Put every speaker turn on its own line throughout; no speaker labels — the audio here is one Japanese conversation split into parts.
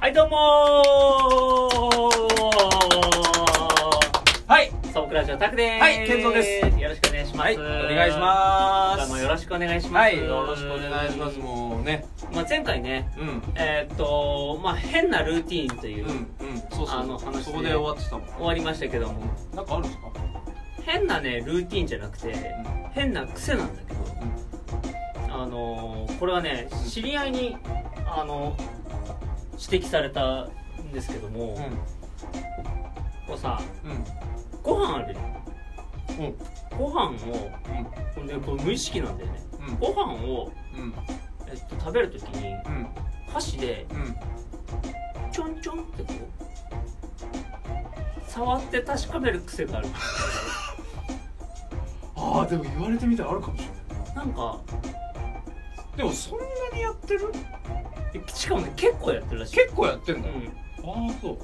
はい、どうもーはい、ソークラジオタクでーす。
はい健三です。
よろしくお願いします。
はい、お願いします。
どうもよろしくお願いします。
はい、よろしくお願いします。もうね、
まあ、前回ね、
うん、うん、
えーっと、まあ、変なルーティーンという、
うん、そう
あの
そ
話で
う、そこで終わってたもん。
終わりましたけども、
なんかあるんですか？
変なね、ルーティーンじゃなくて、変な癖なんだけど、あのーこれはね、知り合いに、あの指摘されたんですけども、
うん、
こうさ、
うん、
ご飯あるじゃん
うん、うん、
ご飯をこれねこれ無意識なんだよね
うん、
ご飯を、
うん、うん、
えっと、食べるときに
うん、
箸でちょんちょんってこう触って確かめる癖がある
ああ、でも言われてみたらあるかもしれない。
なんか
でもそんなにやってる？
えしかもね結構やってるらしい、
結構やってん
う
だ。
ん、
ああ、そう。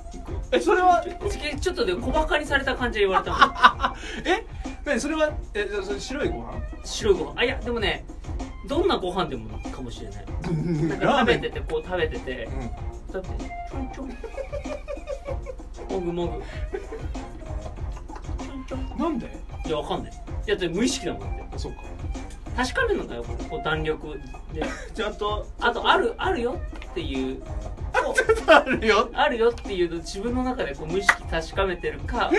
え、それは、
ちちょっとね小バカにされた感じで言われたも
え、何それは、え、じゃあそれ白いご飯？
ん白いご飯あいやでもねどんなご飯でもかもしれないなんか
ラ ー
食
メ
べ
ン
ててこう食べてて
うん。
だってちょんちょんもぐもぐちょんちょん
なんで？
いやわかんないいやだって無意識だもんだって
あ、そうか。
確かめるのだよこう弾力で
ちゃんと
あとあるあるよっていうこう
あるよ。
あるよっていうのを自分の中でこう無意識確かめてるか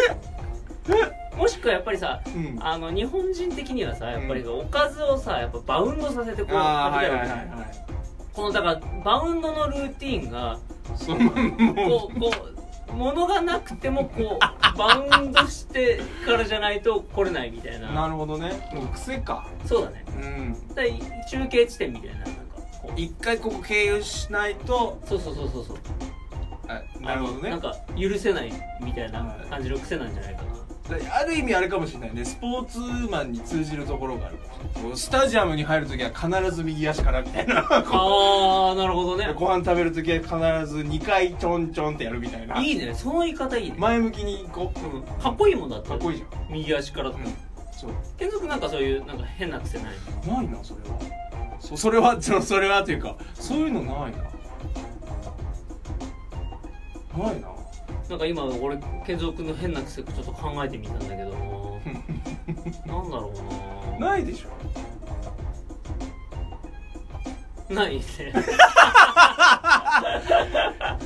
もしくはやっぱりさ
うん。
あの日本人的にはさやっぱりおかずをさやっぱバウンドさせてこう
ああ、
食
は
べ
い
た
はいい
わけじ
はい
ゃん
はい。
このだからバウンドのルーティンが
そのも
こうこう物がなくてもこうバウンドしてからじゃないと来れないみたいうな
なるほどねもう癖か
そうだね
うん
だから中継地点みたいななんかこう
一回ここ経由しないと
そうそうそうそうそう
あなるほど
あのなん
ね
か許せないみたいな感じの癖なんじゃないかな、
ある意味あれかもしれないねスポーツマンに通じるところがあるかもしれないこうスタジアムに入るときは必ず右足からみたいなこ
ああなるほどね
うご飯食べるときは必ず2回ちょんちょんってやるみたいない
いねその言い方いいね、
前向きにこう、うん、
かっこいいもんだって
かっこいいじゃん
右足からって、
うんそう
健三君なんかそういうなんか変な癖ない
ないなそれはそそれは そそれはというかそういうのないなない な
なんか今俺健三君の変な癖ちょっと考えてみたんだけどななんだろうな
ないでしょ
ないね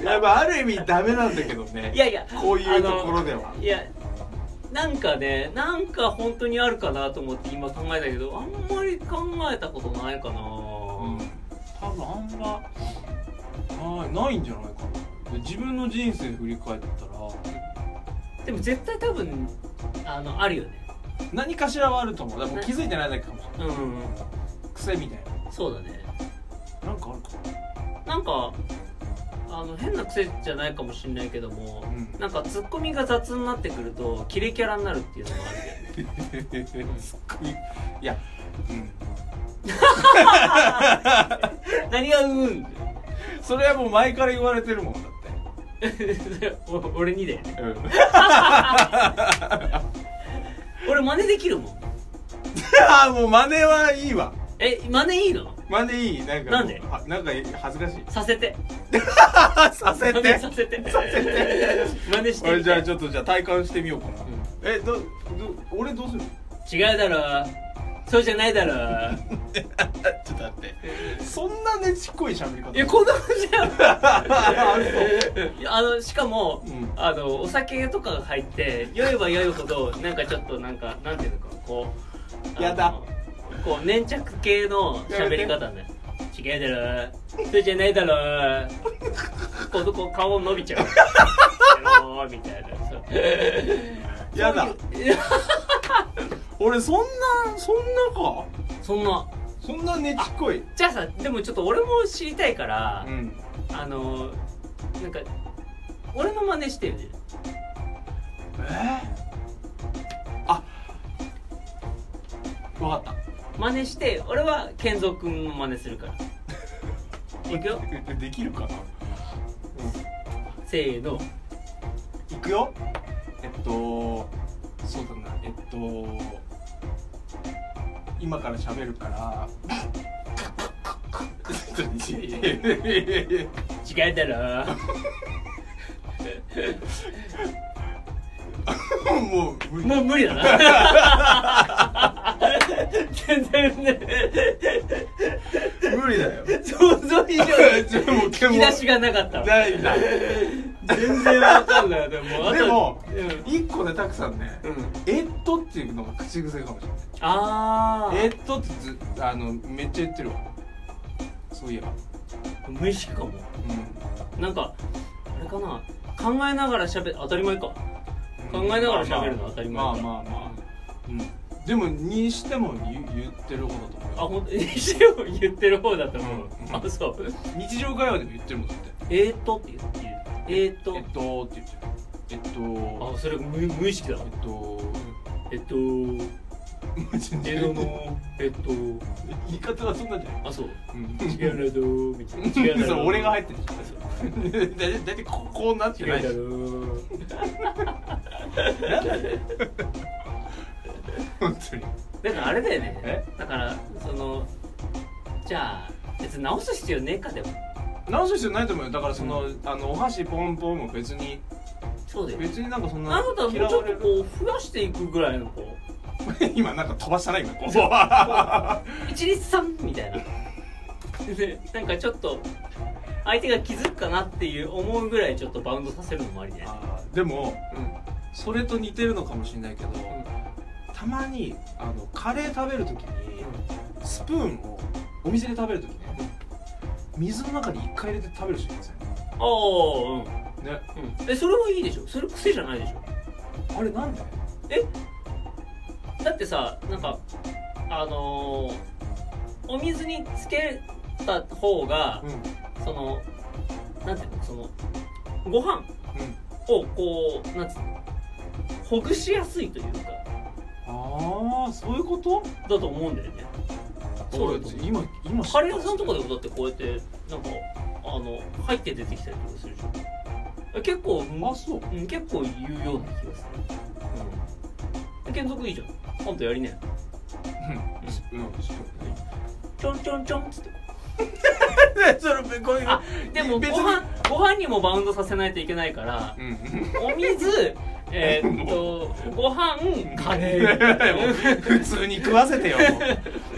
やっぱある意味ダメなんだけどね
いやいや
こういうところでは
あのいやなんかねなんか本当にあるかなと思って今考えたけどあんまり考えたことないかな、
うん多分あんまないないんじゃないかなで自分の人生振り返ったら
でも絶対多分あのあるよね
何かしらはあると思うでも気づいてないだけかもしれない
うん、
癖みたい
そうだね
ななんかあるか
なんかあの変な癖じゃないかもしれないけどもな
な、 うん
んかツッコミが雑になってくるとキレキャラになるっていうのがあるんだよね
すっごいいやうん
何がうん
それはもう前から言われてるもんだっ
お俺にだよね
てうん
俺真似できるもん
ああもう真似はいいわ
え真似いいの
真似いいなんか
なんで
はなんか恥ずかしい
させて
させ
真似
て
させて 真似して
俺
み
じゃ
て
あちょっとじゃあ体感してみようかな、えどど俺どう する
違うだろそうじゃないだろ
ちょっと待ってそんなねちっこい喋り方
いやこんな感じだよ
あ
い やあのしかも、
うん
あのお酒とかが入って酔えば酔うほどなんかちょっとなんかなんていうのかこうあの
やだ
こう粘着系の喋り方ね違うだろそれじゃないだろこうこう顔伸びちゃう やろうみたいなそう
やだ
そういう
俺そんなそんなか
そんな
そんなねちっこい
じゃあさでもちょっと俺も知りたいから、
うん
あのなんか俺の真似してよね
えあわかっ
真似して俺は健三君の真似するから
た
いくよ
できるかな、
せーの
いくよえっとそうだなえっと今から喋るからいやいやいやいやいや
違うだ ろ
もう無理
もう無理だな 全然ね
無理だよ
想像以上
でも
の引き出しがなかった
ないんだ
全然わかんないでもあと
でも
うん
一個ねたくさんね、
うん
えっとっていうのが口癖かもしれない
ああ
えっとってずあのめっちゃ言ってるわそういえば
無意識かも
うん
なんかあれかな考えながら喋る当たり前か考えながら喋るのは当たり前
ま
だ
あまあまあ、うん、でもにしても言言ってる方だと
あ
思うよ
本当に一応言ってる方だと思う、
うん
あそう
日常会話でも言ってるもんだって
えーっとって言ってるえーっと
えっとって言ってるえっと
あそれ無無意識だ
えっと
えっと江戸のえっと
言い方はそんなんじゃない
あそう
うん
違うなど ーみたいな違うな
そ
ど
う
ー
俺が入ってるでしょだいたいここうなってな
違
いうし
だろー
本当に
なんかあれだよね
え
だからそのじゃあ別に直す必要ねえかでも
直す必要ないと思うよだからその,、あのお箸ポンポンも別に
そうだよ
別になんかそんな
あなたもうちょっとこう増やしていくぐらいのこう
今なんか飛ばしたな今こう
一律さんみたいな でなんかちょっと相手が気づくかなっていう思うぐらいちょっとバウンドさせるのもありね
あーでも
うん
それと似てるのかもしれないけど、たまにあのカレー食べるときにスプーンをお店で食べるときね水の中に一回入れて食べる人いるんですよね
ああ
ね
うん、うん、えそれはいいでしょそれ癖じゃないでしょ
あれなんで
だってさなんかあのーお水につけた方が、
うん
そのなんていうのそのご飯をこうなんていうのほぐしやすいというか
ああそういうこと
だと思うんだよねそうだと思う
俺今今
カレー屋さんとかで
で
もだってこうやってなんかあの入って出てきたりとかするじゃん結構
あそう
うん結構言うような気がするうん剣族いいじゃんあんたやりね
うんスプーンスプ
ちょんちょんちょんっつって
ーン それこういう
あでもご
別に
飯ご飯にもバウンドさせないといけないから
うんうん
お 水えーっとご飯カレー
普通に食わせてよもう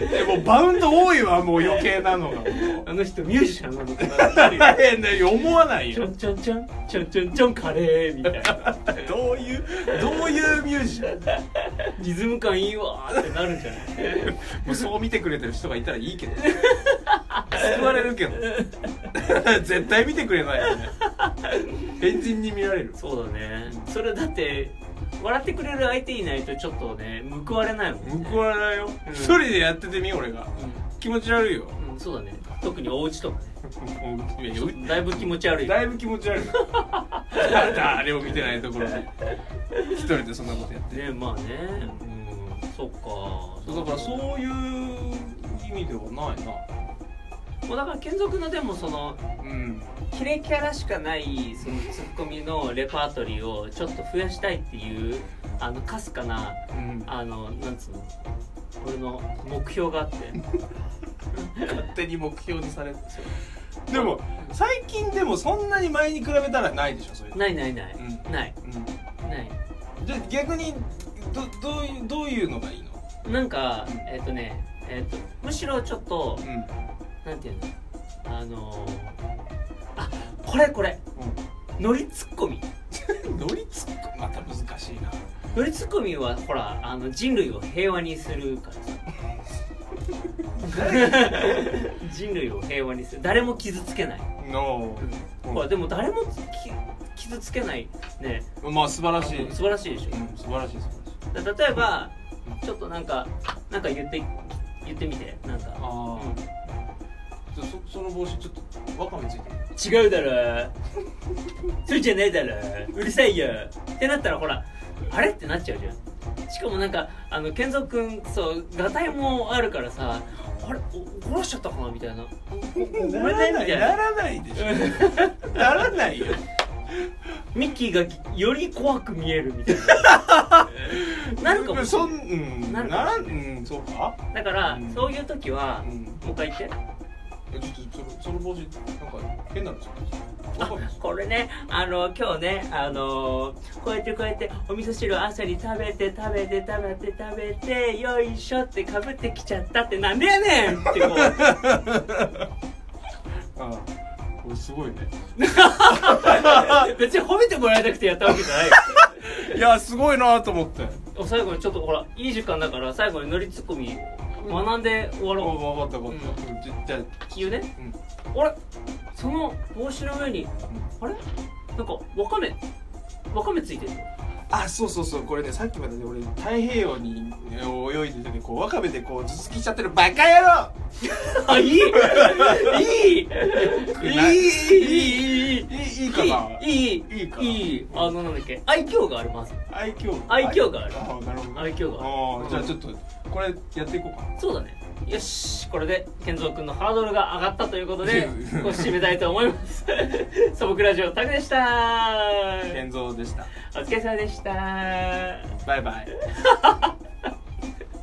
でもバウンド多いわもう余計なのがもう
あの人ミュージシャンなのかなってなるよ
変だよ思わない
ちょ
よ
んちょんちょんちょんちょんちょんカレーみたいな
どういうどういうミュージシャン
リズム感いいわーってなるんじゃない
もうそう見てくれてる人がいたらいいけど救われるけど 絶対見てくれないよね変人に見られる
そうだねそれだって笑ってくれる相手いないとちょっとね報われないもんね
報われないよ
うん
一人でやっててみ俺が気持ち悪いよ
うん、うん、そうだね特にお家とかね
もういやう
だいぶ気持ち悪い
だいぶ気持ち悪い誰も見てないところで一人でそんなことやって
ねまあねうんそっか
だからそういう意味ではないな
もうだから剣族のでもその
うん
キレキャラしかないそのツッコミのレパートリーをちょっと増やしたいっていうあのかすかな
うん
あのなんつうの俺の目標があって
勝手に目標にされてでも最近でもそんなに前に比べたらないでしょそういうの
ないないない、
うん
ない
うん
ない
じゃあ逆にどどういうどういうのがいいの
なんか
うん
えっ、とねえっ、とむしろちょっと
うん
なんていうのあのー、あこれこれノリツッコミ
うん乗りつくまた難しいな
ノリツッコミはほらあの人類を平和にする からさ人類を平和にする誰も傷つけない、
の
ほらでも誰もき傷つけないね
まあ素晴らしい、うん、
素晴らしいでし
素晴らしい素晴らしい
ょだ例えばちょっとなんかなんか言って言ってみてなんか
あーちょそその帽子ちょっとわかめついてる
違うだろそれじゃないだろうるさいよってなったらほらあれってなっちゃうじゃんしかもなんかあの健三君そうがたいもあるからさあれお怒らしちゃったかなみた いなごごめんねみたい
な
な
らないでしょならない よ
ミッキーがより怖く見えるみたい ななるかもしれ
そん
な
うん
な
な
るからも
んうんそうか
いだから、
うん
そういう時は
う、ん
もう一回言って
えちょっとそのその帽子なんか変なのじゃ
あ
ないですか
これねあの今日ねあのこうやってこうやってお味噌汁朝に食べて食べて食べて食べてよいしょってかぶってきちゃったってなんでやねんってこう
あこれすごいね
別に褒めてもらいたくてやったわけじゃない
いやすごいなと思って
最後にちょっとほらいい時間だから最後に乗りツッコミ学んで終わ
あ
ろ
分かった分かった、うんじゃじゃ
う気をね
うん
あれその帽子の上にあれなんかわかめわかめついてる
あそうそうそうこれねさっきまでね俺太平洋にね泳いでてねこうワカメでこう頭突きしちゃってるバカ
あ いいいい
野郎
いい
ない
い
い
いい
い
い
いいいかない
いい
いいかない
いあのなんだっけ愛嬌があります
愛嬌
愛嬌がある
あなるほど
愛嬌が
あーじゃあ
うん
ちょっとこれやっていこうかな
そうだねよしこれで健三君のハードルが上がったということでこう締めたいと思います 素朴ラジオタクでした
健三でした
お疲れ様でした
バイバイ